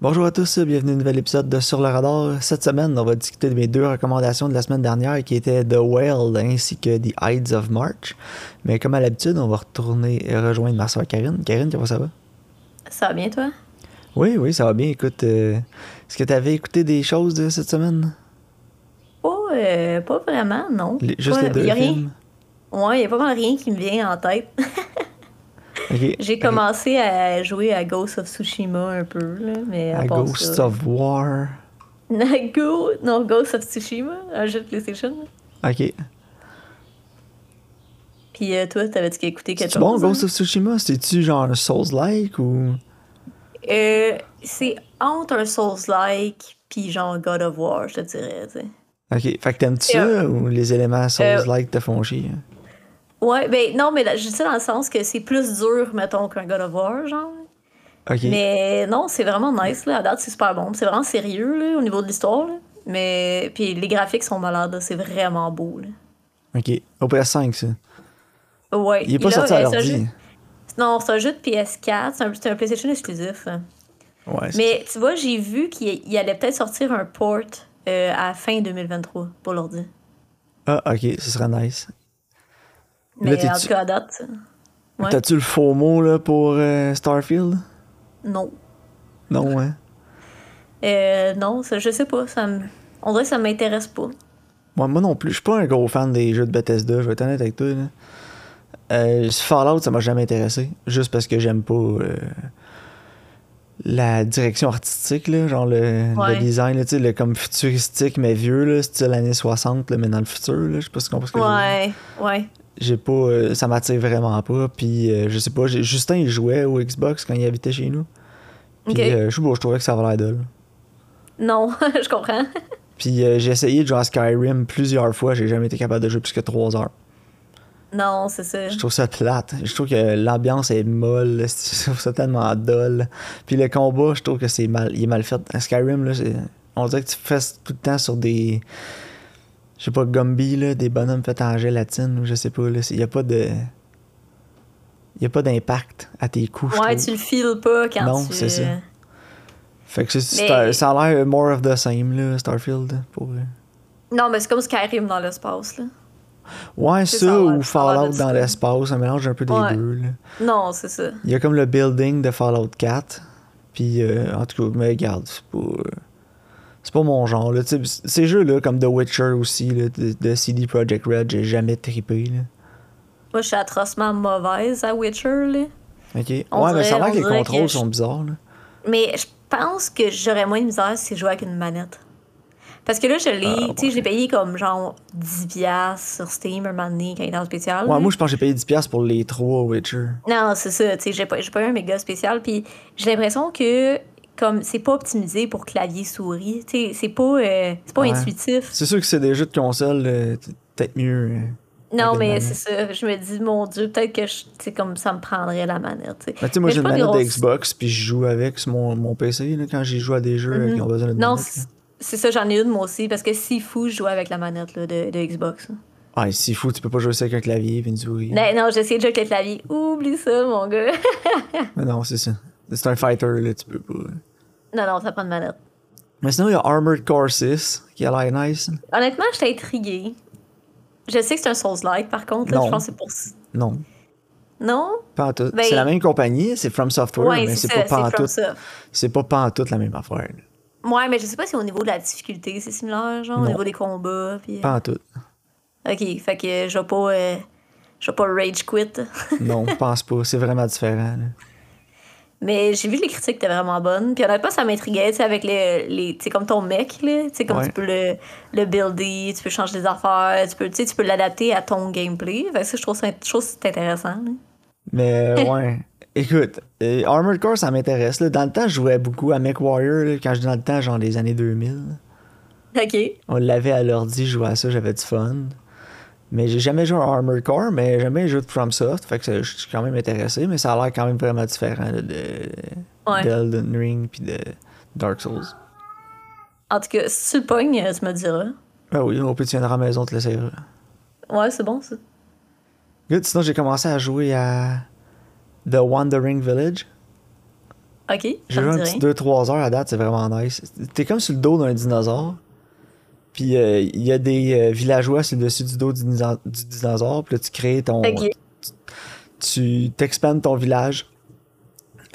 Bonjour à tous, bienvenue à un nouvel épisode de Sur le radar. Cette semaine, on va discuter de mes deux recommandations de la semaine dernière qui étaient The Whale ainsi que The Ides of March. Mais comme à l'habitude, on va retourner et rejoindre ma soeur Karine. Karine, comment ça va? Ça va bien, toi? Oui, oui, ça va bien. Écoute, euh, est-ce que tu avais écouté des choses de cette semaine? Pas, euh, pas vraiment, non. Les- juste Pas- les deux y a rien- films? Ouais, il n'y a pas mal rien qui me vient en tête. Ok. J'ai commencé à jouer à Ghost of Tsushima un peu, là, mais à, Euh, À part Ghost ça... of War. Go... Non, Ghost of Tsushima, un jeu de PlayStation. là. Ok. Puis euh, toi, t'avais-tu écouté quelque C'est chose? bon, hein? Ghost of Tsushima? C'était-tu genre Souls-like ou. Euh, c'est entre un Souls-like puis genre God of War, je te dirais, tu sais. Ok. Fait que t'aimes-tu ça Euh, ou les éléments Souls-like te font chier? Ouais, ben non, mais là, je dis ça dans le sens que c'est plus dur, mettons, qu'un God of War, genre. Ok. Mais non, c'est vraiment nice, là. À date, c'est super bon. C'est vraiment sérieux, là, au niveau de l'histoire, là. Mais, puis les graphiques sont malades, là. C'est vraiment beau, là. Ok. OPS5, ça. Ouais. Il est pas Là, sorti à euh, c'est un l'ordi. jeu- Non, c'est un jeu de PS4. C'est un, c'est un PlayStation exclusif. hein. Ouais. c'est- Mais tu vois, j'ai vu qu'il il allait peut-être sortir un port euh, à fin 2023 pour l'ordi. Ah, ok, ce serait nice. Là, Mais en t'es-tu- tout cas, à date, Ouais. T'as-tu le faux mot là, pour euh, Starfield? non. Non, hein? Euh, non, ça, je sais pas. Ça me- On dirait que ça m'intéresse pas. Moi, moi non plus. Je suis pas un gros fan des jeux de Bethesda, je vais être honnête avec toi. Là. Euh, Fallout, ça m'a jamais intéressé. Juste parce que j'aime pas euh, la direction artistique, là, genre le, le Ouais. design, là, tu sais, le comme futuristique mais vieux, là, style années 60, là, mais dans le futur. là. Je sais pas si tu comprends ce que je veux dire. Ouais, ouais. J'ai pas. euh, ça m'attire vraiment pas. Puis euh, je sais pas, j'ai- Justin il jouait au Xbox quand il habitait chez nous. Puis Ok. euh, je sais pas, je trouvais que ça avait l'air dole. Non, je comprends. Puis euh, j'ai essayé de jouer à Skyrim plusieurs fois, j'ai jamais été capable de jouer plus que 3 heures. Non, c'est ça. Je trouve ça plate. Je trouve que l'ambiance est molle. Je trouve ça tellement dole. Puis le combat, je trouve que c'est mal, il est mal fait. À Skyrim, là, c'est- on dirait que tu fesses tout le temps sur des. Je sais pas, Gumby, là, des bonhommes faits en gélatine ou je sais pas. là. C'est- Il y a pas de. Il y a pas d'impact à tes coups. je Ouais, trouve. tu le files pas quand Non, tu... c'est ça. Fait que c'est- c'est Mais- un- ça a l'air more of the same, là, Starfield. Pour... Non, mais c'est comme Skyrim dans l'espace, là. Ouais, C'est ça, ça, ouais, ou ça a l'air Fallout de dans ça. l'espace, un mélange un peu des Ouais. deux. Là. Non, c'est ça. Il y a comme le building de Fallout 4. Puis, euh, en tout cas, mais regarde, c'est pas. euh, C'est pas mon genre. Là. Tu sais, Ces jeux-là, comme The Witcher aussi, là, de, de CD Projekt Red, j'ai jamais trippé. Là. Moi, je suis atrocement mauvaise à Witcher, là. Ok. On ouais, mais ça a l'air dirait- on que les dirait contrôles que je- sont bizarres. Là. Mais je pense que j'aurais moins de misère si je jouais avec une manette. Parce que là, je l'ai... Ah, tu sais, je l'ai payé comme, genre, 10$ piastres sur Steam un moment donné quand il est dans le spécial. Ouais, là. moi, je pense que j'ai payé 10$ pour les trois Witcher. Non, c'est ça. Tu sais, j'ai pas, j'ai pas eu un méga spécial. Puis j'ai l'impression que, comme, c'est pas optimisé pour clavier-souris. Tu sais, c'est pas, euh, c'est pas Ouais. intuitif. C'est sûr que c'est des jeux de console, euh, t- peut-être mieux. euh. Non, Avec une mais manette. c'est ça. Je me dis, mon Dieu, peut-être que je, tu sais, comme ça me prendrait la manette. tu sais. Mais tu sais, moi, Mais j'ai une pas de manette grosse- de Xbox, puis je joue avec sur mon, mon PC là, quand j'y joue à des jeux euh, Mhm. qui ont besoin de Non, manette, là. c'est c'est ça, j'en ai une moi aussi, parce que si fou, je jouais avec la manette là, de, de Xbox. Ah, c'est fou, tu peux pas jouer ça avec un clavier, puis une souris. Non, non, j'essayais de jouer avec le clavier. Oublie ça, mon gars. Mais non, c'est ça. C'est un fighter, là, tu peux pas. non, non, ça prend une manette. Mais sinon, il y a Armored Core 6 qui a l'air nice. Honnêtement, j'étais intriguée. Je sais que c'est un Souls-like, par contre, là, Non. je pense que c'est pour... ça. Non, Non? pas en tout. Ben- c'est la même compagnie, c'est From Software, ouais, mais c'est c'est ça, pas c'est pas en tout. comme ça. C'est pas pas en tout la même affaire. là. Ouais, mais je sais pas si au niveau de la difficulté, c'est similaire, genre, au Non. niveau des combats. Puis... euh, Pas en tout. Ok, fait que je vais pas... euh, Je vais pas rage quit. Non, je pense pas. C'est vraiment différent. là. Mais j'ai vu que les critiques étaient vraiment bonnes. Puis honnêtement, ça m'intriguait, tu sais, avec les. les tu sais, comme ton mec, là. Tu sais, comme Ouais. tu peux le, le builder, tu peux changer les affaires, tu peux, tu sais, tu peux l'adapter à ton gameplay. Fait que ça, je trouve ça, je trouve ça intéressant, là. Mais euh, ouais. Écoute, euh, Armored Core, ça m'intéresse. là. Dans le temps, je jouais beaucoup à MechWarrior. là, Quand je dis dans le temps, genre les années 2000. là. OK. On l'avait à l'ordi, je jouais à ça, j'avais du fun. Mais j'ai jamais joué à Armored Core, mais j'aime bien les jeux de FromSoft, fait que ça- je suis quand même intéressé, mais ça a l'air quand même vraiment différent là, de Ouais. d'Elden Ring puis de Dark Souls. En tout cas, si tu le pognes, euh, tu me diras. Ben oui, au pire, tu viendras à la maison, tu l'essayeras. Ouais, c'est bon, ça. Good, sinon j'ai commencé à jouer à The Wandering Village. Ok, J'ai ça joué me un petit dit rien. 2-3 heures à date, c'est vraiment nice. T'es comme sur le dos d'un dinosaure. Puis euh, il y a des euh, villageois sur le dessus du dos du, dinosa- du dinosaure. Puis là, tu crées ton. Ok. Tu t'expandes ton village.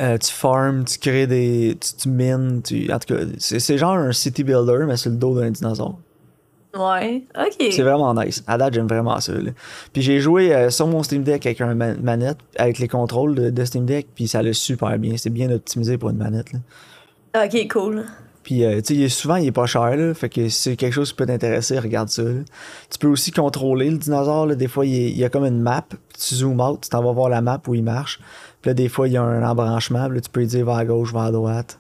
Euh, tu farmes, tu crées des. Tu, tu mines. Tu, en tout cas, c'est c'est genre un city builder, mais sur le dos d'un dinosaure. Ouais, C'est ok. vraiment nice. À date, j'aime vraiment ça. là. Puis j'ai joué euh, sur mon Steam Deck avec un ma- manette, avec les contrôles de, de Steam Deck, puis ça allait super bien. C'est bien optimisé pour une manette. là. Ok, cool. Puis euh, tu sais, il est- souvent, il est pas cher. Là, fait que si c'est quelque chose qui peut t'intéresser, regarde ça. là. Tu peux aussi contrôler le dinosaure. là. Des fois, il, est- il y a comme une map. Tu zoomes out, tu t'en vas voir la map où il marche. Puis là, des fois, il y a un embranchement. puis là, tu peux lui dire vers gauche, vers droite.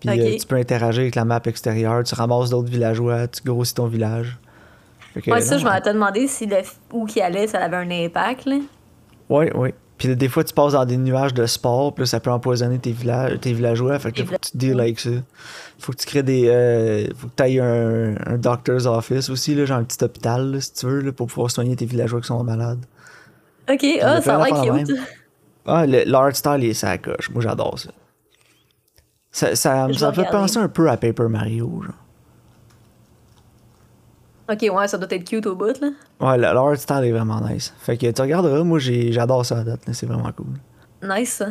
Puis Ok. euh, tu peux interagir avec la map extérieure. Tu ramasses d'autres villageois, tu grossis ton village. Fait que, Moi, ça, non, je m'étais demandé si le f- où qu'il allait, ça avait un impact, là. Oui, oui. Puis des fois, tu passes dans des nuages de sport, puis là, ça peut empoisonner tes, villages, tes villageois. Fait que Tes faut que tu deals avec ça. Faut que tu crées des. euh, faut que tu ailles un, un doctor's office aussi, là, genre un petit hôpital, là, si tu veux, là, pour pouvoir soigner tes villageois qui sont malades. Ok, a ah, plein ça a l'air d'affaires cute. même. Ah, le- l'art style, il est ça coche. Moi, j'adore ça. Ça, ça, Je ça me vais fait regarder. penser un peu à Paper Mario, genre. Ok, ouais, ça doit être cute au bout, là. Ouais, le- l'art style est vraiment nice. Fait que tu regarderas, moi, j'ai- j'adore ça à date, là, c'est vraiment cool. Nice, ça.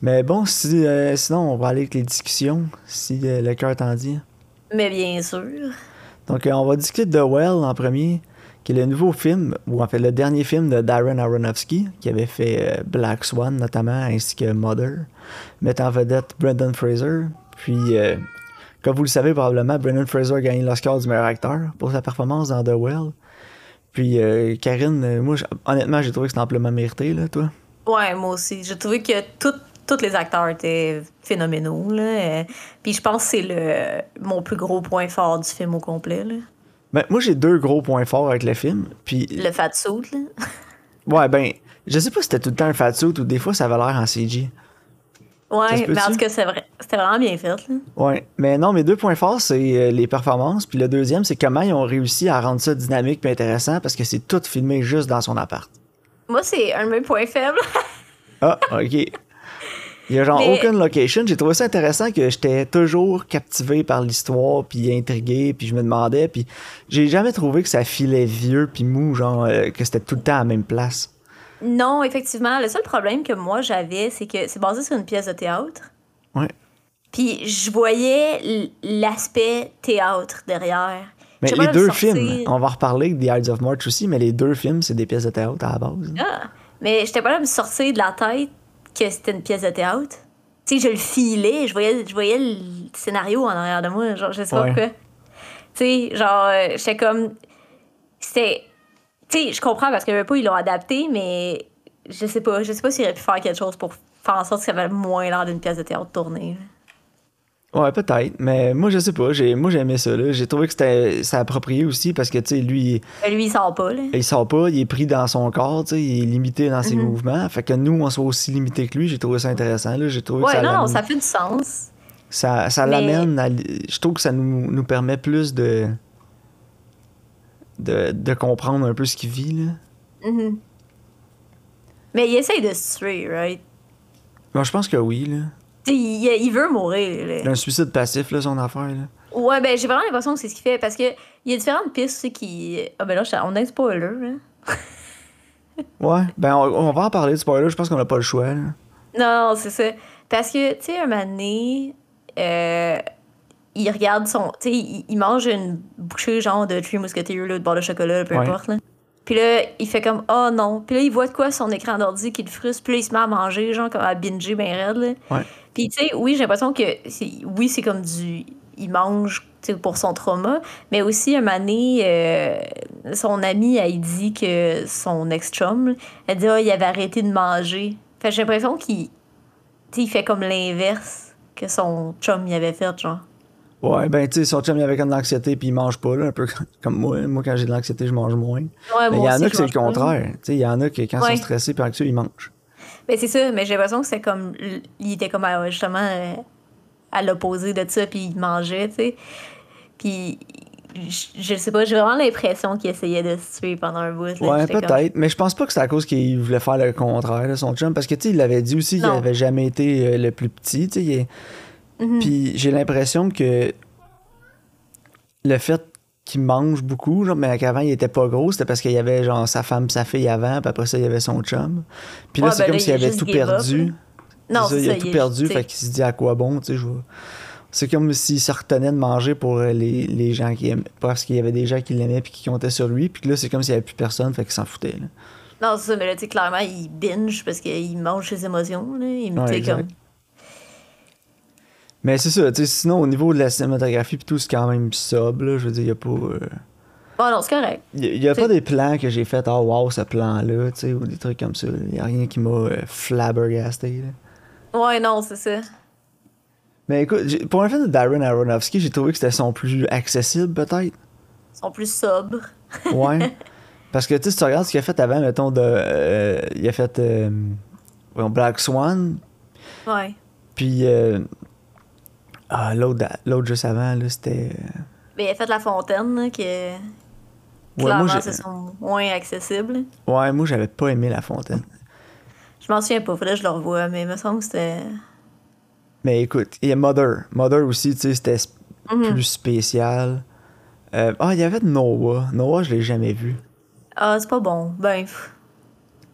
Mais bon, si, euh, sinon, on va aller avec les discussions, si euh, le cœur t'en dit. Mais bien sûr. Donc, euh, on va discuter de The Well en premier, qui est le nouveau film, ou en fait le dernier film de Darren Aronofsky, qui avait fait euh, Black Swan notamment, ainsi que Mother, mettant en vedette Brendan Fraser. Puis, euh, comme vous le savez probablement, Brendan Fraser a gagné l'Oscar du meilleur acteur pour sa performance dans The Well. Puis, euh, Karine, euh, moi, j- honnêtement, j'ai trouvé que c'était amplement mérité, là, toi. Ouais, moi aussi. J'ai trouvé que tout- tous les acteurs étaient phénoménaux, là. Euh, Puis je pense que c'est le mon plus gros point fort du film au complet, là. Ben, moi, j'ai deux gros points forts avec le film. Puis, Le fat suit, là. ouais, ben, je sais pas si c'était tout le temps un fat suit ou des fois ça avait l'air en CG. Ça se Ouais, peut-tu? mais en tout cas, c'est vrai- c'était vraiment bien fait, là. Ouais, mais non, mes deux points forts, c'est euh, les performances. Puis le deuxième, c'est comment ils ont réussi à rendre ça dynamique et intéressant parce que c'est tout filmé juste dans son appart. Moi, c'est un de mes points faibles. Ah, OK. Il y a genre Mais- aucune location. J'ai trouvé ça intéressant que j'étais toujours captivé par l'histoire, puis intrigué, puis je me demandais. Puis j'ai jamais trouvé que ça filait vieux, puis mou, genre euh, que c'était tout le temps à la même place. Non, effectivement. Le seul problème que moi j'avais, c'est que c'est basé sur une pièce de théâtre. Ouais. Puis je voyais l- l'aspect théâtre derrière. Mais Je sais les pas, deux le sortir- films, on va reparler de The Ides of March aussi, mais les deux films, c'est des pièces de théâtre à la base. Ah! Mais j'étais pas là de me sortir de la tête que c'était une pièce de théâtre. Tu sais, je le filais, je voyais, je voyais le scénario en arrière de moi, genre, je sais pas Ouais. pourquoi. Tu sais, genre, euh, j'étais comme. C'était. Tu sais, je comprends parce que le pas, ils l'ont adapté, mais je sais pas, je sais pas s'ils auraient pu faire quelque chose pour faire en sorte que ça avait moins l'air d'une pièce de théâtre tournée. Ouais, peut-être, mais moi je sais pas, j'ai moi j'aimais ça là, j'ai trouvé que c'était c'est approprié aussi parce que tu sais lui Mais lui, il sort pas, là. il sort pas, il est pris dans son corps, tu sais, il est limité dans Mhm. ses mouvements, fait que nous on soit aussi limité que lui, j'ai trouvé ça intéressant là, j'ai trouvé que Ouais, ça non, non, l'amène- ça fait du sens. ça, ça Mais- l'amène à l- je trouve que ça nous, nous permet plus de, de de comprendre un peu ce qu'il vit là. Mhm. Mais il essaye de se tuer, right? Bon, je pense que oui là, Tu sais, il, il veut mourir, là. Il a un suicide passif là son affaire là. Ouais, ben j'ai vraiment l'impression que c'est ce qu'il fait parce que il y a différentes pistes aussi qui. Ah ben là, je- on a un spoiler, hein? Ouais, ben on, on va en parler du spoiler, je pense qu'on a pas le choix. là. Non, non, c'est ça. Parce que, tu sais, un moment donné, euh, il regarde son. Tu sais, il, il mange une bouchée genre de Three Musketeers, là, de barre de chocolat, peu Ouais. importe, là. Puis là, il fait comme oh non. Puis là, il voit de quoi son écran d'ordi qui le frustre. Puis là, il se met à manger, genre, comme à binger ben raide, là. Ouais. Puis, tu sais, oui, j'ai l'impression que, c'est- oui, c'est comme du. Il mange tu sais, pour son trauma, mais aussi, un moment donné, euh, son amie, elle dit que son ex-chum, elle dit, Ah, il avait arrêté de manger. Fait que j'ai l'impression qu'il. Tu sais, il fait comme l'inverse que son chum y avait fait, genre. Ouais, ben tu sais, son chum il avait comme de l'anxiété puis il mange pas, là, un peu comme moi. Moi, quand j'ai de l'anxiété, je mange moins. Ouais, Mais il Euh, moi y en aussi, a que je c'est le mange pas. contraire. Tu sais, il y en a qui, quand ils Ouais. sont stressés puis anxieux, ils mangent. Mais c'est ça, mais j'ai l'impression que c'est comme. l- Il était comme euh, justement euh, à l'opposé de ça, puis il mangeait, tu sais. Puis je, je sais pas, j'ai vraiment l'impression qu'il essayait de se tuer pendant un bout. là. Ouais, J'étais comme- peut-être, mais je pense pas que c'est à cause qu'il voulait faire le contraire, là, son chum, parce que tu sais, il l'avait dit aussi qu'il Non. avait jamais été euh, le plus petit, tu sais. il est- Mhm. Puis j'ai l'impression que le fait qu'il mange beaucoup, genre, mais qu'avant il était pas gros, c'était parce qu'il y avait genre sa femme, sa fille avant, puis après ça il y avait son chum. Puis là Ouais, c'est ben comme là, s'il il a avait juste tout give up, perdu. là. non, C'est ça, c'est il a ça, tout il est- perdu, tu sais, fait qu'il se dit à quoi bon, tu sais, je vois. C'est comme s'il se retenait de manger pour euh, les, les gens qui aimaient, parce qu'il y avait des gens qui l'aimaient puis qui comptaient sur lui, puis là c'est comme s'il n'y avait plus personne, fait qu'il s'en foutait. là. Non, c'est ça, mais là, tu sais, clairement, il binge parce qu'il mange ses émotions. Là. Il me Ouais, tu sais, exact. comme. Mais c'est ça, tu sais, sinon au niveau de la cinématographie puis tout, c'est quand même sobre, là, je veux dire, il n'y a pas. euh, Bon, non, c'est correct. Il n'y a T'sais- pas des plans que j'ai fait, oh wow, ce plan-là, tu sais, ou des trucs comme ça. Il n'y a rien qui m'a euh, flabbergasté. là. Ouais, non, c'est ça. Mais écoute, j'ai- pour un film de Darren Aronofsky, j'ai trouvé que c'était son plus accessible, peut-être. Ils sont plus sobres. Ouais. Parce que tu sais, si tu regardes ce qu'il a fait avant, mettons, de, euh, il a fait euh, voyons, Black Swan, Ouais. puis euh, ah, l'autre d'a- l'autre juste avant, là, c'était. euh, Mais il a fait la fontaine, là, que. Ouais, moi, Clairement, j'ai- c'est son moins accessible. ouais, moi, j'avais pas aimé La Fontaine. Je m'en souviens pas, faudrait que je le revoie, mais il me semble que c'était. Mais écoute, il y a Mother. Mother aussi, tu sais, c'était sp- Mhm. plus spécial. Euh, ah, il y avait de Noah. Noah, je l'ai jamais vu. Ah, c'est pas bon. Ben, pff,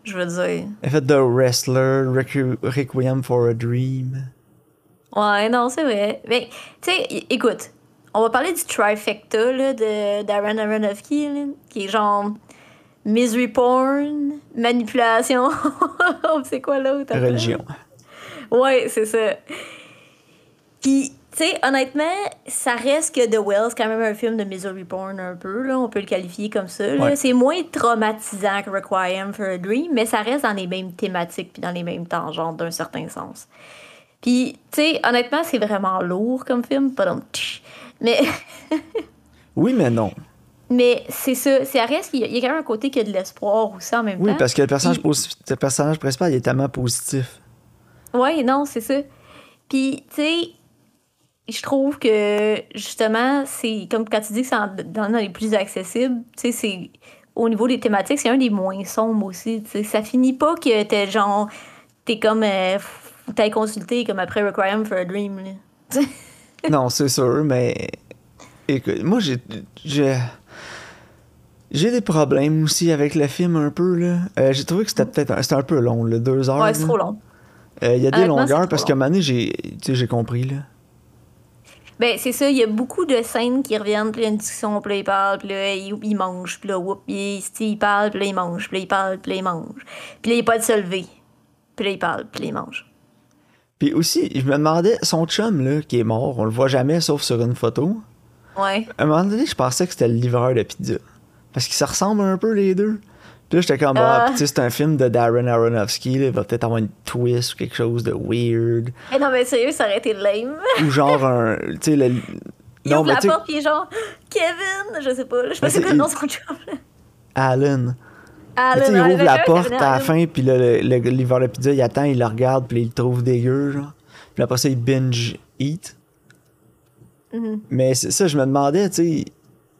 je veux dire. Il a fait The Wrestler, Requ- Requiem for a Dream. Ouais, non, c'est vrai. Mais, tu sais, é- écoute, on va parler du trifecta là, de Darren Aronofsky, là, qui est genre misery porn, manipulation, c'est quoi l'autre? après? Religion. Ouais, c'est ça. Puis, tu sais, honnêtement, ça reste que The Well, c'est quand même un film de misery porn un peu, là, on peut le qualifier comme ça. là. Ouais. C'est moins traumatisant que Requiem for a Dream, mais ça reste dans les mêmes thématiques puis dans les mêmes tangentes d'un certain sens. Puis, tu sais, honnêtement, c'est vraiment lourd comme film, pas donc Mais, Oui, mais non. mais c'est ça, ça reste qu'il y a- il y a quand même un côté qui a de l'espoir aussi en même Oui, temps. parce que le personnage, Hein? Puis- posi- le personnage principal, il est tellement positif. Ouais, non, c'est ça. Puis, tu sais, je trouve que, justement, c'est comme quand tu dis que c'est en- dans, dans les plus accessibles, tu sais, c'est. Au niveau des thématiques, c'est un des moins sombres aussi. tu sais. Ça finit pas que t'es genre. T'es comme. Euh, f- T'as consulté comme après Requiem for a Dream. là. non, c'est sûr, mais. Écoute, moi, j'ai. J'ai j'ai des problèmes aussi avec le film, un peu, là. Euh, j'ai trouvé que c'était peut-être. un- C'était un peu long, là, deux heures. Ouais, c'est là. trop long. Euh, Il y a des Honnêtement, c'est longueurs trop parce long. qu'à un moment donné, j'ai tu sais, j'ai compris, là. Ben, c'est ça, il y a beaucoup de scènes qui reviennent, puis il y a une discussion, puis là, il parle, puis là, il, il mange, puis là, whoop, il, tu sais, il parle, puis là, il mange, puis là, il parle, puis là, il mange. Puis là, il est pas de se lever. Puis là, il parle, puis là, il mange. Puis aussi, je me demandais, son chum, là, qui est mort, on le voit jamais sauf sur une photo. Ouais. À un moment donné, je pensais que c'était le livreur de pizza. Parce qu'ils se ressemblent un peu, les deux. Puis là, j'étais comme, ah, Ah. puis tu sais, c'est un film de Darren Aronofsky, là, il va peut-être avoir une twist ou quelque chose de weird. Eh non, mais sérieux, ça aurait été lame. Ou genre un. Tu sais, le. Il Non, ouvre mais la tu sais, porte, puis il est genre, Kevin, je sais pas, là, je sais Mais pas c'est c'est- quoi le nom de son chum. là. Alan. Mais Alan, tu sais, il ouais, ouvre la j'avais porte Alan. à la fin, puis là, le, le livreur de pizza, il attend, il le regarde, puis il le trouve dégueu, genre. Puis après ça, il binge eat. Mhm. Mais c'est ça, je me demandais, tu sais,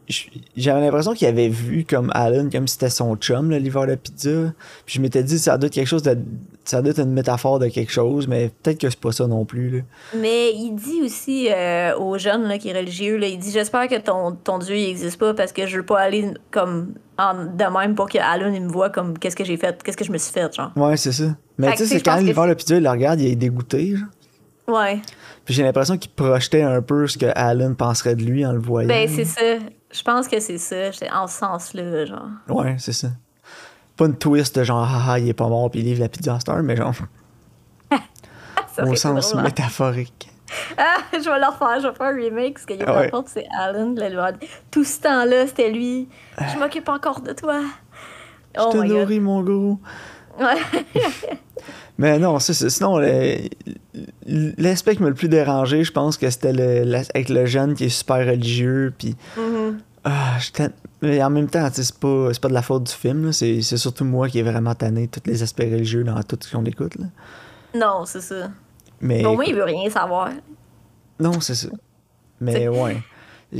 je- j'avais l'impression qu'il avait vu comme Alan, comme si c'était son chum, le livreur de pizza. Puis je m'étais dit, ça doit être quelque chose de. Ça doit être une métaphore de quelque chose, mais peut-être que c'est pas ça non plus, là. Mais il dit aussi euh, aux jeunes là, qui est religieux, là, il dit J'espère que ton, ton Dieu n'existe pas parce que je veux pas aller comme en, de même pour que Alan il me voit comme qu'est-ce que j'ai fait, qu'est-ce que je me suis fait, genre. Ouais, c'est ça. Mais Fait tu sais, c'est que, tu sais, je quand pense le que livreur de pizza, il le regarde, il est dégoûté, genre. Ouais. Puis j'ai l'impression qu'il projetait un peu ce que Alan penserait de lui en le voyant. Ben, c'est ça. Je pense que c'est ça. J'étais en ce sens-là, genre. Ouais, c'est ça. Pas une twist de genre, ah, ah, il est pas mort, puis il livre la pizza à cette heure, mais genre, Ça aurait au été sens drôle, hein. métaphorique. Ah, je vais le refaire, je vais faire un remake parce qu'il y a Ouais. la porte, c'est Alan. le livreur. Tout ce temps-là, c'était lui. Je m'occupe encore de toi. Oh Ah. je te my god. nourris, mon gros. Ouais. Mais non, c'est ça. Sinon, le- l'aspect qui m'a le plus dérangé, je pense que c'était le, la- avec le jeune qui est super religieux. Puis, Mhm. ah, je t'aime. mais en même temps, tu sais, c'est pas, c'est pas de la faute du film. là. C'est c'est surtout moi qui est vraiment tanné de tous les aspects religieux dans tout ce qu'on écoute. là. Non, c'est ça. Mais Pour moi, il veut rien savoir. non, c'est ça. Mais T'sais. ouais.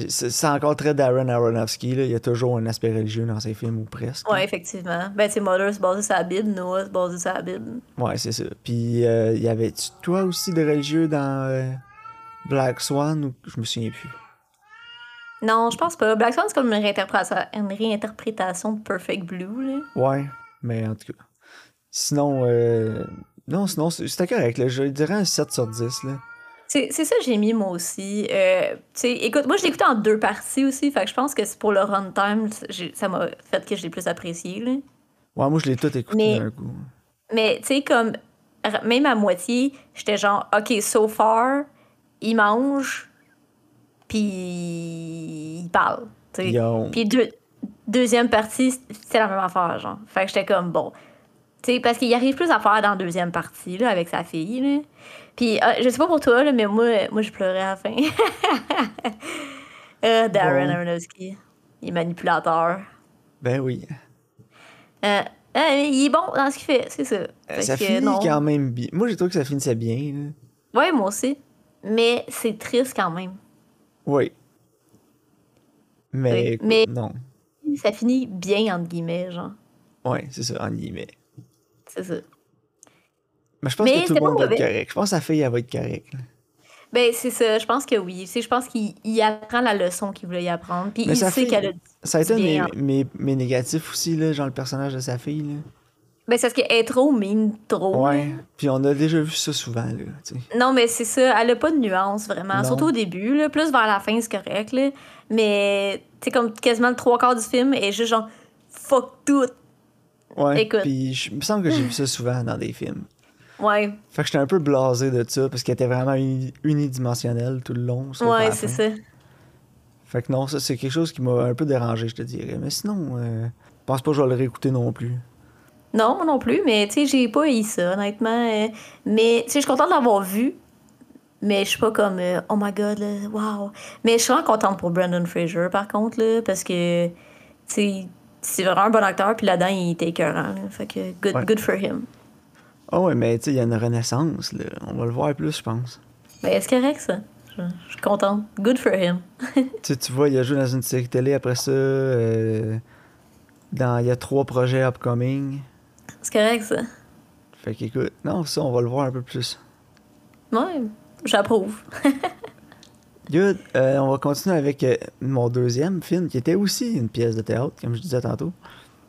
C'est c'est encore très Darren Aronofsky. Là. Il y a toujours un aspect religieux dans ses films, ou presque. Ouais, effectivement. Ben, tu sais, Mother, c'est basé sur la Bible. Noah, c'est basé sur la Bible. Ouais, c'est ça. Puis, euh, il y avait toi aussi de religieux dans euh, Black Swan, ou je me souviens plus. Non, je pense pas. Black Swan, c'est comme une réinterprétation, une réinterprétation de Perfect Blue, là. Ouais, mais en tout cas. Sinon, euh, non, sinon, c'est- c'était correct. là. Je dirais un 7 sur 10. Là. C'est c'est ça que j'ai mis moi aussi. Euh, tu sais, écoute, moi je l'ai écouté en deux parties aussi, fait que je pense que c'est pour le runtime, j'ai- ça m'a fait que je l'ai plus apprécié. là. Ouais, moi, je l'ai tout écouté Mais- d'un coup. Mais tu sais, comme r- même à moitié, j'étais genre, OK, so far, il mange, puis il parle. tu sais. Yo. Puis deux- deuxième partie, c'était la même affaire, genre. Fait que j'étais comme, bon. Tu sais, parce qu'il arrive plus à faire dans la deuxième partie, là, avec sa fille, là. Puis, ah, je sais pas pour toi, là, mais moi, euh, moi je pleurais à la fin. Euh, Darren Bon. Aronofsky, il est manipulateur. Ben oui. Euh, ah, mais il est bon dans ce qu'il fait, c'est ça. Fait Euh, ça que, finit non. quand même bien. Moi, j'ai trouvé que ça finissait bien. là. Ouais, moi aussi. Mais c'est triste quand même. Oui. Mais, Oui, mais- non. Ça finit bien, entre guillemets, genre. Ouais, c'est ça, en guillemets. C'est ça. Mais je pense Mais que tout c'était le monde va pas être mauvais. correct. Je pense que sa fille, elle va être correcte. là. Ben, c'est ça. Je pense que oui. Tu sais, je pense qu'il il apprend la leçon qu'il voulait y apprendre. Puis Mais il sa sait fille- qu'elle a. Ben, Ça a été un de mes, Bien. mes, mes négatifs aussi, là, genre le personnage de sa fille. Là. Ben, c'est parce qu'elle est trop mine, trop. Ouais. Puis on a déjà vu ça souvent. Là, tu sais. Non, mais c'est ça. Elle a pas de nuance, vraiment. Non. Surtout au début, là. Plus vers la fin, c'est correct, là. Mais, tu sais, comme quasiment le trois quarts du film, elle est juste genre, fuck tout. ouais. Écoute. Puis je il me semble que j'ai vu ça souvent dans des films. Ouais, Fait que j'étais un peu blasé de ça parce qu'elle était vraiment uni- unidimensionnelle tout le long. sauf à ouais, la c'est fin. ça. Fait que non, ça c'est quelque chose qui m'a un peu dérangé, je te dirais. Mais sinon, euh, je pense pas que je vais le réécouter non plus. Non, moi non plus, mais tu sais, j'ai pas eu ça, honnêtement. euh, Mais, tu sais, je suis contente de l'avoir vu. Mais je suis pas comme, euh, oh my god, là, wow. Mais je suis vraiment contente pour Brandon Fraser, par contre, là, parce que, tu sais, c'est vraiment un bon acteur, puis là-dedans, il était écœurant. là. Fait que, good, Ouais. good for him. Ah ouais, mais tu sais, il y a une renaissance, là. On va le voir plus, je pense. Mais c'est correct, ça. Je je suis contente. Good for him. Tu sais, tu vois, il a joué dans une série télé après ça. euh, dans, il y a trois projets upcoming. C'est correct, ça. Fait qu'écoute, non, ça, on va le voir un peu plus. Ouais, j'approuve. Good, euh, on va continuer avec euh, mon deuxième film, qui était aussi une pièce de théâtre, comme je disais tantôt.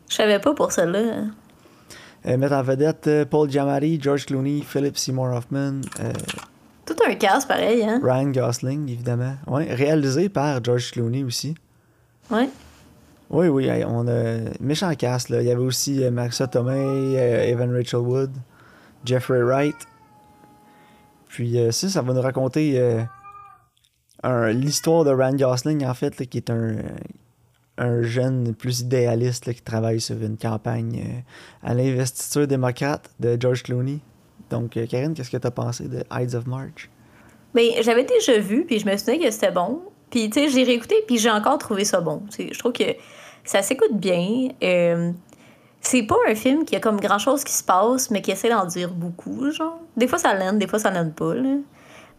Je savais pas pour celle-là. hein. Euh, mettre en vedette euh, Paul Giamatti, George Clooney, Philip Seymour Hoffman, euh, Tout un casse, pareil, hein. Ryan Gosling, évidemment. Ouais, réalisé par George Clooney aussi. Ouais. Oui, oui, hey, on a méchant cast. Là. Il y avait aussi euh, Marissa Tomei, euh, Evan Rachel Wood, Jeffrey Wright. Puis euh, ça, ça va nous raconter euh, un- l'histoire de Ryan Gosling, en fait, là, qui est un, euh, un jeune plus idéaliste là, qui travaille sur une campagne euh, à l'investiture démocrate de George Clooney. Donc, euh, Karine, qu'est-ce que tu as pensé de Ides of March? Ben, j'avais déjà vu, puis je me souvenais que c'était bon. Puis, tu sais, j'ai réécouté, puis j'ai encore trouvé ça bon. Tu sais, je trouve que ça s'écoute bien. Euh, c'est pas un film qui a comme grand-chose qui se passe, mais qui essaie d'en dire beaucoup, genre. Des fois, ça l'aide, des fois, ça l'aide pas, là.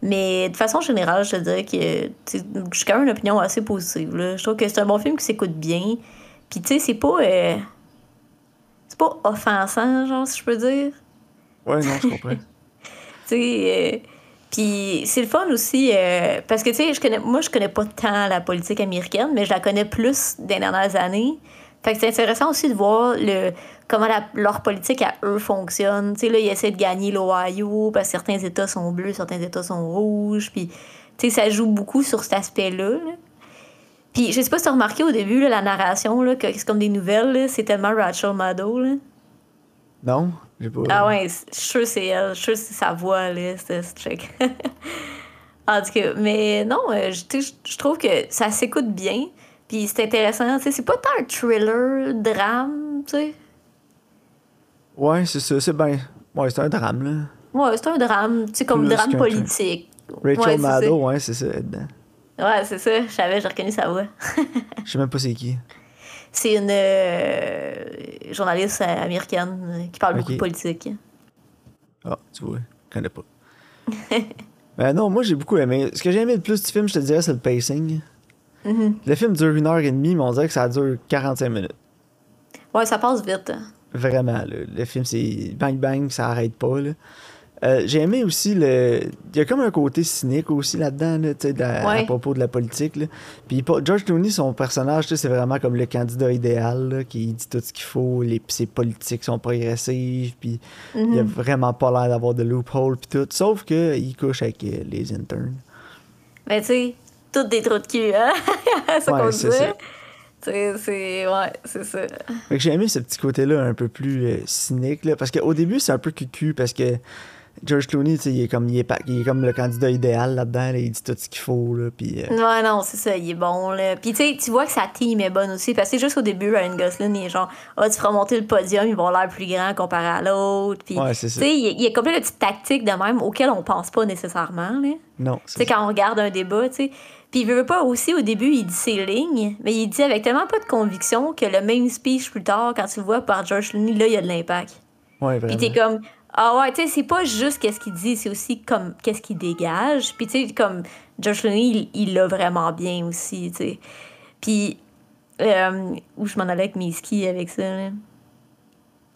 Mais de façon générale, je te dirais que tu sais, j'ai quand même une opinion assez positive, là. Je trouve que c'est un bon film qui s'écoute bien. Puis, tu sais, c'est pas... euh, c'est pas offensant, genre, si je peux dire. Ouais, non, je comprends. Tu sais, euh, puis c'est le fun aussi, euh, parce que, tu sais, je connais, moi, je connais pas tant la politique américaine, mais je la connais plus des dernières années. Fait que c'est intéressant aussi de voir le, comment la- leur politique à eux fonctionne. Tu sais, là, ils essaient de gagner l'Ohio parce que certains États sont bleus, certains États sont rouges. Puis, tu sais, ça joue beaucoup sur cet aspect-là. là. Puis, je sais pas si t'as remarqué au début, là, la narration, là, que c'est comme des nouvelles, là, c'est tellement Rachel Maddow, là. non? J'ai pas... Ah ouais, c- je suis sûre que c'est elle, je suis sûre que c'est sa voix, là, c'est ce chick. en tout cas, mais non, euh, je tu sais, je- je trouve que ça s'écoute bien, puis c'est intéressant, tu sais, c'est pas tant un thriller, drame, tu sais. Ouais, c'est ça. C'est ben... ouais, c'est un drame, là. Ouais, c'est un drame, tu sais, comme Plus drame qu'un politique. Rachel ouais, c'est ça. Maddow, ouais, c'est ça. elle est dedans. Ouais, c'est ça, je savais, j'ai reconnu sa voix. Je sais même pas c'est qui. C'est une euh, journaliste euh, américaine euh, qui parle beaucoup Ok. de politique. Ah, tu vois, je connais pas. Ben Mais non, moi j'ai beaucoup aimé. Ce que j'ai aimé le plus du film, je te dirais, c'est le pacing. Mhm. Le film dure une heure et demie, mais on dirait que ça dure 45 minutes. Ouais, ça passe vite. hein. Vraiment, là. le film, c'est bang bang, ça arrête pas. là. Euh, J'ai aimé aussi le. Il y a comme un côté cynique aussi là-dedans, là, tu sais, de la- Ouais. à propos de la politique. là. Puis pas- George Clooney, son personnage, tu sais, c'est vraiment comme le candidat idéal là, qui dit tout ce qu'il faut, les, puis ses politiques sont progressives, puis il a Mhm. vraiment pas l'air d'avoir de loophole, puis tout. Sauf que il couche avec euh, les interns. Mais Ben, tu sais, toutes des trous de cul, hein? c'est ça Ouais, qu'on c'est dit. ça. Tu sais, c'est. Ouais, c'est ça. Fait que j'ai aimé ce petit côté-là un peu plus euh, cynique, là, parce qu'au début, c'est un peu cucu, parce que George Clooney, tu sais, il est comme, il est pa- il est comme le candidat idéal là-dedans, là, il dit tout ce qu'il faut, là, puis... euh, Ouais, non, c'est ça, il est bon, là. Puis tu sais, tu vois que sa team est bonne aussi, parce que juste au début, Ryan Gosling, il est genre, ah, tu feras monter le podium, ils vont l'air plus grands comparé à l'autre. Puis, Ouais, tu c'est ça. sais, il y a- il y a comme plein de petites tactiques de même auxquelles on pense pas nécessairement, là. Non, Tu sais, c'est quand on regarde un débat, tu sais. Puis il veut pas aussi, au début, il dit ses lignes, mais il dit avec tellement pas de conviction que le même speech plus tard, quand tu le vois par George Clooney, là, il y a de l'impact. Ouais, Puis vraiment. t'es comme, ah ouais, tu sais, c'est pas juste qu'est-ce qu'il dit, c'est aussi comme qu'est-ce qu'il dégage. Puis tu sais, comme Josh Clooney, il il l'a vraiment bien aussi, tu sais. Puis, euh, où je m'en allais avec mes skis avec ça, là.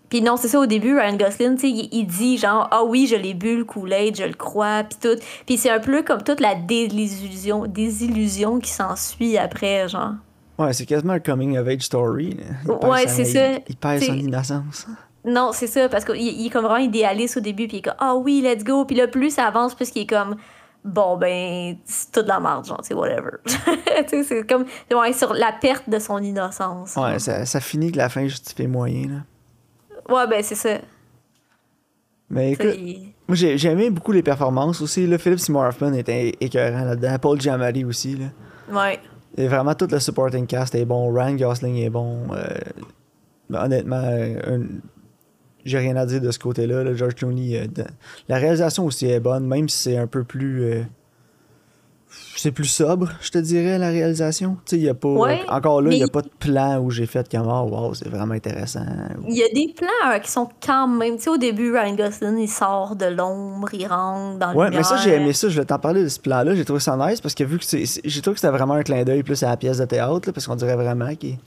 Puis non, c'est ça, au début, Ryan Gosling, tu sais, il, il dit genre, ah oui, je l'ai bu, le Kool-Aid, je le crois, puis tout. Puis c'est un peu comme toute la désillusion, désillusion qui s'ensuit après, genre. Ouais, c'est quasiment un coming-of-age story, là. Il perd Ouais, sa- c'est il- ça. Il perd son T'sais- innocence. Non, c'est ça, parce qu'il il est comme vraiment idéaliste au début, puis il est comme Ah oui, let's go. Puis là, plus ça avance, plus il est comme Bon, ben, c'est toute la merde, genre, c'est whatever. tu sais, c'est comme ouais, sur la perte de son innocence. Ouais, ça, ça finit que la fin justifie moyen, là. Ouais, ben, c'est ça. Mais Tu sais, écoute, il- moi, j'ai j'ai aimé beaucoup les performances aussi, là. Philip Seymour Hoffman était écœurant là-dedans, Paul Giamatti aussi, là. Ouais. Et vraiment, tout le supporting cast est bon. Ryan Gosling est bon. Euh, ben, honnêtement, euh, un- j'ai rien à dire de ce côté-là. là. George Clooney, euh, de- la réalisation aussi est bonne, même si c'est un peu plus. euh, c'est plus sobre, je te dirais, la réalisation. Tu sais, il y a pas. Ouais, encore là, il n'y a mais- pas de plan où j'ai fait comme Ah, wow, c'est vraiment intéressant. Il y a des plans hein, qui sont quand même. Tu sais, au début, Ryan Gosling, il sort de l'ombre, il rentre dans le. Ouais, mais ça, j'ai aimé ça. Je vais t'en parler de ce plan-là. J'ai trouvé ça nice parce que vu que c'est. c'est- J'ai trouvé que c'était vraiment un clin d'œil plus à la pièce de théâtre, là, parce qu'on dirait vraiment qu'il.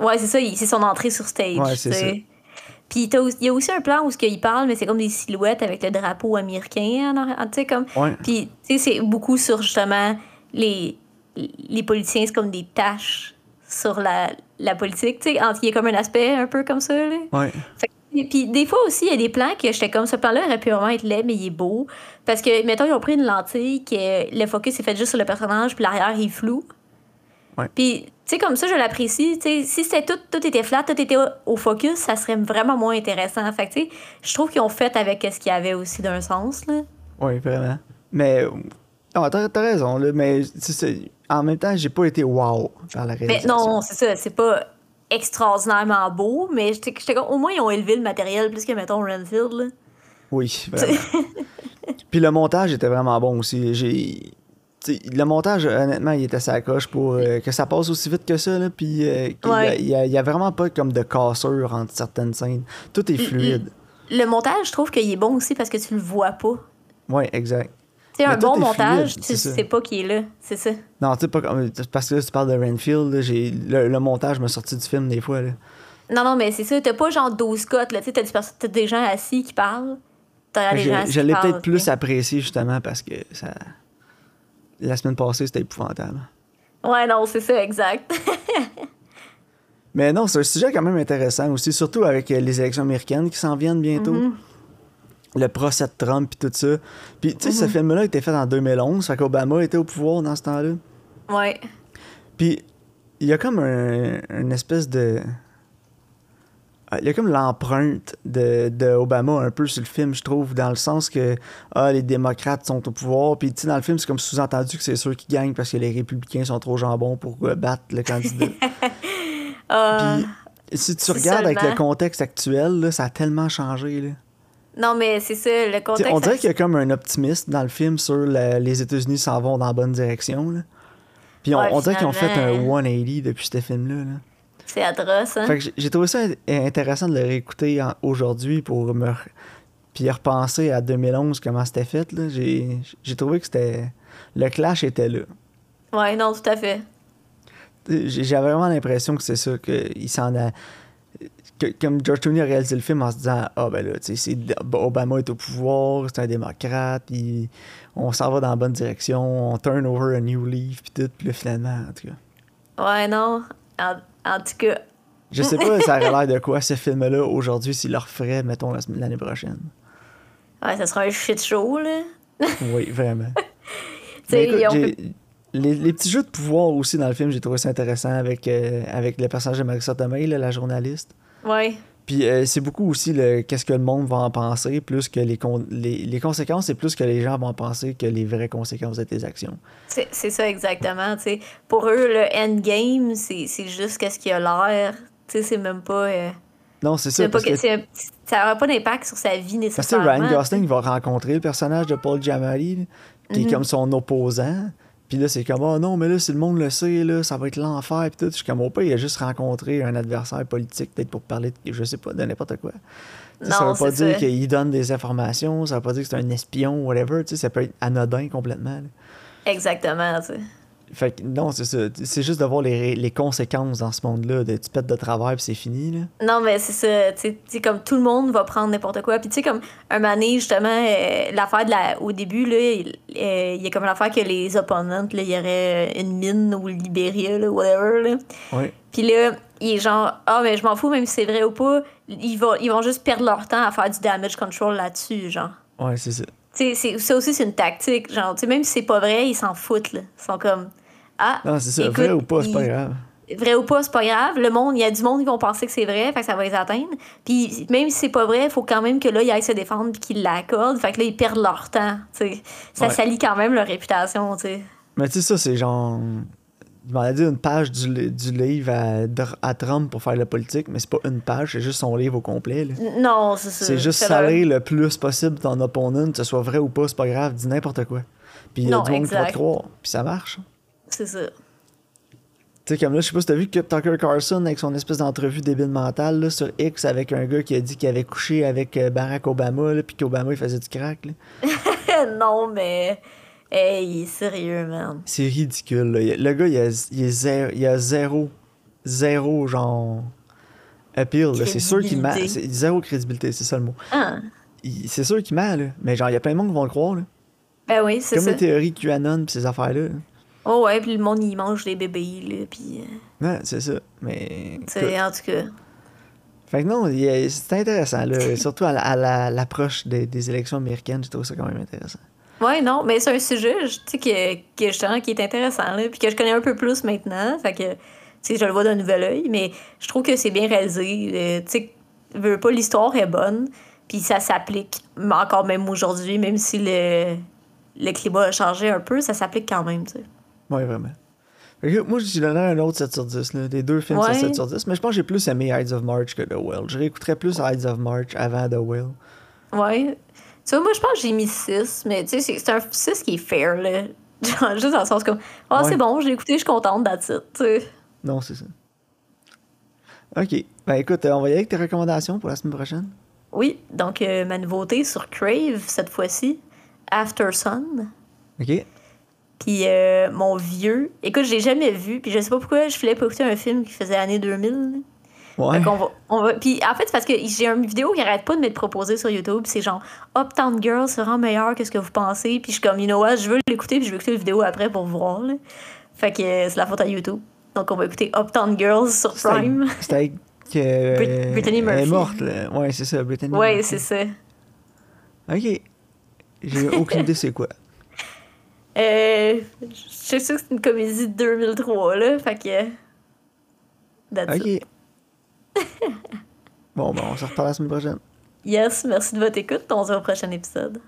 Ouais, c'est ça, il- c'est son entrée sur stage. Ouais, c'est tu sais. Puis t'as aussi- il y a aussi un plan où ce qu'il parle, mais c'est comme des silhouettes avec le drapeau américain. en arrière, Tu sais, comme. Ouais. Puis, tu sais, c'est beaucoup sur justement les, les politiciens, c'est comme des tâches sur la, la politique. Tu sais, entre- il y a comme un aspect un peu comme ça. Là. Ouais. Fait que- et puis, des fois aussi, il y a des plans que j'étais comme ce plan-là aurait pu vraiment être laid, mais il est beau. Parce que, mettons, ils ont pris une lentille que le focus est fait juste sur le personnage, puis l'arrière est flou. Ouais. Puis, tu sais, comme ça, je l'apprécie. Tu sais, si c'était tout, tout était flat, tout était au- au focus, ça serait vraiment moins intéressant. Fait que, tu sais, je trouve qu'ils ont fait avec ce qu'il y avait aussi d'un sens, là. Oui, vraiment. Mais. euh, Non, t'as t'as raison, là, mais tu sais, en même temps, j'ai pas été wow par la Mais réalisation. non, c'est ça, c'est pas extraordinairement beau, mais j'étais j'étais comme, au moins ils ont élevé le matériel plus que, mettons, Renfield. Là. Oui, vraiment. Puis le montage était vraiment bon aussi. J'ai. tu sais, Le montage, honnêtement, il était sa coche pour euh, que ça passe aussi vite que ça. Là, puis euh, qu'il y a- Ouais. il, y a, il y a vraiment pas comme de cassure entre certaines scènes. Tout est fluide. Le montage, je trouve qu'il est bon aussi parce que tu le vois pas. Oui, exact. Tu sais, Mais un tout bon est montage, fluide, tu c'est ça. sais pas qui est là, c'est ça. Non, tu sais, pas comme. Parce que là, tu parles de Renfield, là, j'ai- le, le montage m'a sorti du film des fois. Là. Non, non, mais c'est ça, t'as pas genre 12 cotes, là, tu sais, t'as du perso- t'as des gens assis qui parlent, t'as des Je, gens assis je qui l'ai parlent, peut-être plus t'sais. apprécié justement parce que ça. La semaine passée, c'était épouvantable. Ouais, non, c'est ça, exact. Mais non, c'est un sujet quand même intéressant aussi, surtout avec euh, les élections américaines qui s'en viennent bientôt. Le procès de Trump puis tout ça. Puis tu sais, ce film-là était fait en 2011, fait qu'Obama était au pouvoir dans ce temps-là. ouais. Puis il y a comme un, une espèce de. Ah, Il y a comme l'empreinte de, de Obama un peu sur le film, je trouve, dans le sens que ah, les démocrates sont au pouvoir. Puis, tu sais, dans le film, c'est comme sous-entendu que c'est ceux qui gagnent parce que les républicains sont trop jambon pour euh, battre le candidat. Euh, Puis, si tu c'est regardes avec le seulement- contexte actuel, là, ça a tellement changé. là. Non, mais c'est ça, le Tu contexte. sais, On dirait qu'il y a comme un optimiste dans le film sur la- les États-Unis s'en vont dans la bonne direction. là. Puis, on, Ouais, on dirait qu'ils ont fait un finalement. 180 depuis ce film-là. là C'est atroce, hein. Fait que j'ai- j'ai trouvé ça in- intéressant de le réécouter en- aujourd'hui pour me re- puis repenser à 2011 comment c'était fait là. j'ai j'ai trouvé que c'était le clash était là. Ouais, non, tout à fait. j'ai- J'avais vraiment l'impression que c'est ça, qu'il s'en a. que- comme George Clooney a réalisé le film en se disant Ah, ben là, tu sais, c'est- Obama est au pouvoir, c'est un démocrate, il- on s'en va dans la bonne direction, on turn over a new leaf, puis tout, puis là, finalement, en tout cas. Ouais, non. En, en tout cas, Je sais pas, ça aurait l'air de quoi ce film-là aujourd'hui s'il le referait, mettons, la semaine- l'année prochaine. ouais, ça sera un shit show, là. Oui, vraiment. sais, Mais écoute, on j'ai- les, les petits jeux de pouvoir aussi dans le film, j'ai trouvé ça intéressant avec, euh, avec le personnage de Marissa Tomei, là, la journaliste. Ouais. Puis euh, c'est beaucoup aussi le qu'est-ce que le monde va en penser, plus que les, con- les, les conséquences, c'est plus que les gens vont en penser que les vraies conséquences de tes actions. C'est c'est ça exactement, tu sais. Pour eux, le endgame, c'est c'est juste qu'est-ce qu'il a l'air. Tu sais, c'est même pas... euh, Non, c'est c'est ça. même pas Parce que, que, c'est un- ça n'aura pas d'impact sur sa vie parce que nécessairement. Ryan Gosling va rencontrer le personnage de Paul Giamatti, qui Mhm. est comme son opposant. Puis là, c'est comme, oh non, mais là, si le monde le sait, là, ça va être l'enfer. Puis tout, je suis comme, au pire, il a juste rencontré un adversaire politique, peut-être pour parler, de, je sais pas, de n'importe quoi. Tu sais, ça Non, veut pas c'est dire ça. qu'il donne des informations, ça veut pas dire que c'est un espion, whatever. Tu sais, ça peut être anodin complètement. là. Exactement, tu sais. Fait que non, c'est ça. C'est juste de voir les, ré- les conséquences dans ce monde-là. De, tu pètes de travail, puis c'est fini. Là. Non, mais c'est ça. tu sais, tu sais, comme tout le monde va prendre n'importe quoi. Puis, tu sais, comme un mané, justement, euh, l'affaire de la. Au début, là, il euh, il y a comme l'affaire que les opponents, là, il y aurait euh, une mine au Libéria, là, whatever, là. Ouais. Puis là, il est genre, ah, mais je m'en fous, même si c'est vrai ou pas. Ils vont, ils vont juste perdre leur temps à faire du damage control là-dessus, genre. Ouais, c'est ça. Tu sais, c'est- ça aussi, c'est une tactique. Genre, tu sais, même si c'est pas vrai, ils s'en foutent, là. Ils sont comme, ah, Non, c'est ça. Écoute, vrai ou pas, c'est pas il- grave. vrai ou pas, c'est pas grave. Le monde, il y a du monde qui vont penser que c'est vrai, fait que ça va les atteindre. Puis même si c'est pas vrai, il faut quand même que là, ils aillent se défendre puis qu'ils l'accordent. Fait que là, ils perdent leur temps. tu sais. Ça Ouais. salit quand même leur réputation. tu sais. Mais tu sais, ça, c'est genre. Je m'en ai dit une page du, li- du livre à, Dr- à Trump pour faire la politique, mais c'est pas une page, c'est juste son livre au complet. là. N- Non, c'est ça. C'est juste Fait que- saler le plus possible ton opponent, que ce soit vrai ou pas, c'est pas grave, dis n'importe quoi. Puis il y a Non, du monde qui va te exact. croire, puis ça marche. C'est ça. Tu sais, comme là, je sais pas si t'as vu que Tucker Carlson avec son espèce d'entrevue débile mentale là, sur X avec un gars qui a dit qu'il avait couché avec euh, Barack Obama, là, puis qu'Obama il faisait du crack. là. non, mais. Hey, sérieux, man. C'est ridicule. là. Il- Le gars, il a, il est zéro, il a zéro, zéro genre appeal. là. C'est sûr qu'il ment. Crédibilité. C'est Zéro crédibilité, c'est ça le mot. Ah, Il- C'est sûr qu'il ment, là. mais genre, il y a plein de monde qui vont le croire. là. ben oui, c'est Comme ça. les théories QAnon pis ces affaires-là. là. Oh ouais, puis le monde, il mange des bébés, là. Puis. euh, Ouais, c'est ça. Mais. tu sais, en tout cas. Fait que non, il y a- c'est intéressant, là. surtout à la- à la- l'approche des, des élections américaines, je trouve ça quand même intéressant. Ouais, non, mais c'est un sujet, je- tu sais, que, que justement, qui est intéressant, là, puis que je connais un peu plus maintenant, fait que, tu sais, je le vois d'un nouvel œil, mais je trouve que c'est bien réalisé, euh, tu sais, veux pas, l'histoire est bonne, puis ça s'applique mais encore même aujourd'hui, même si le, le climat a changé un peu, ça s'applique quand même, tu sais. Oui, vraiment. Fait que moi, je donnerais un autre 7 sur 10. Là. Les deux films, Ouais. c'est 7 sur 10. Mais je pense que j'ai plus aimé Hides of March que The Whale. Je réécouterais plus Hides of March avant The Whale. Ouais. Tu vois, moi, je pense que j'ai mis 6, mais tu sais, c'est- c'est un 6 qui est fair, là. Genre, juste dans le sens comme, ah, Ouais. c'est bon, je l'ai écouté, je suis contente, that's it, tu sais. Non, c'est ça. OK. Ben écoute, euh, on va y aller avec tes recommandations pour la semaine prochaine. Oui, donc euh, ma nouveauté sur Crave cette fois-ci, After Sun. OK. Puis euh, mon vieux, écoute, je l'ai jamais vu, puis je sais pas pourquoi je voulais pas écouter un film qui faisait années 2000. Ouais. Fait qu'on va, on va- Puis en fait, c'est parce que j'ai une vidéo qui arrête pas de me proposer sur YouTube, c'est genre Uptown Girl sera meilleur que ce que vous pensez, puis je suis comme, you know what, je veux l'écouter, puis je vais écouter la vidéo après pour voir. là. Fait que euh, c'est la faute à YouTube. Donc on va écouter Uptown Girls sur C'est avec- Prime. C'est avec. euh, Brit- Brittany Elle est Murphy. morte, là. Ouais, c'est ça, Brittany Ouais, Murphy. c'est ça. OK. J'ai aucune idée c'est quoi. Euh, je suis sûre que c'est une comédie de 2003, là. Fait que. That's it. OK. bon, ben on se reparle la semaine prochaine. Yes, merci de votre écoute. On se voit au prochain épisode.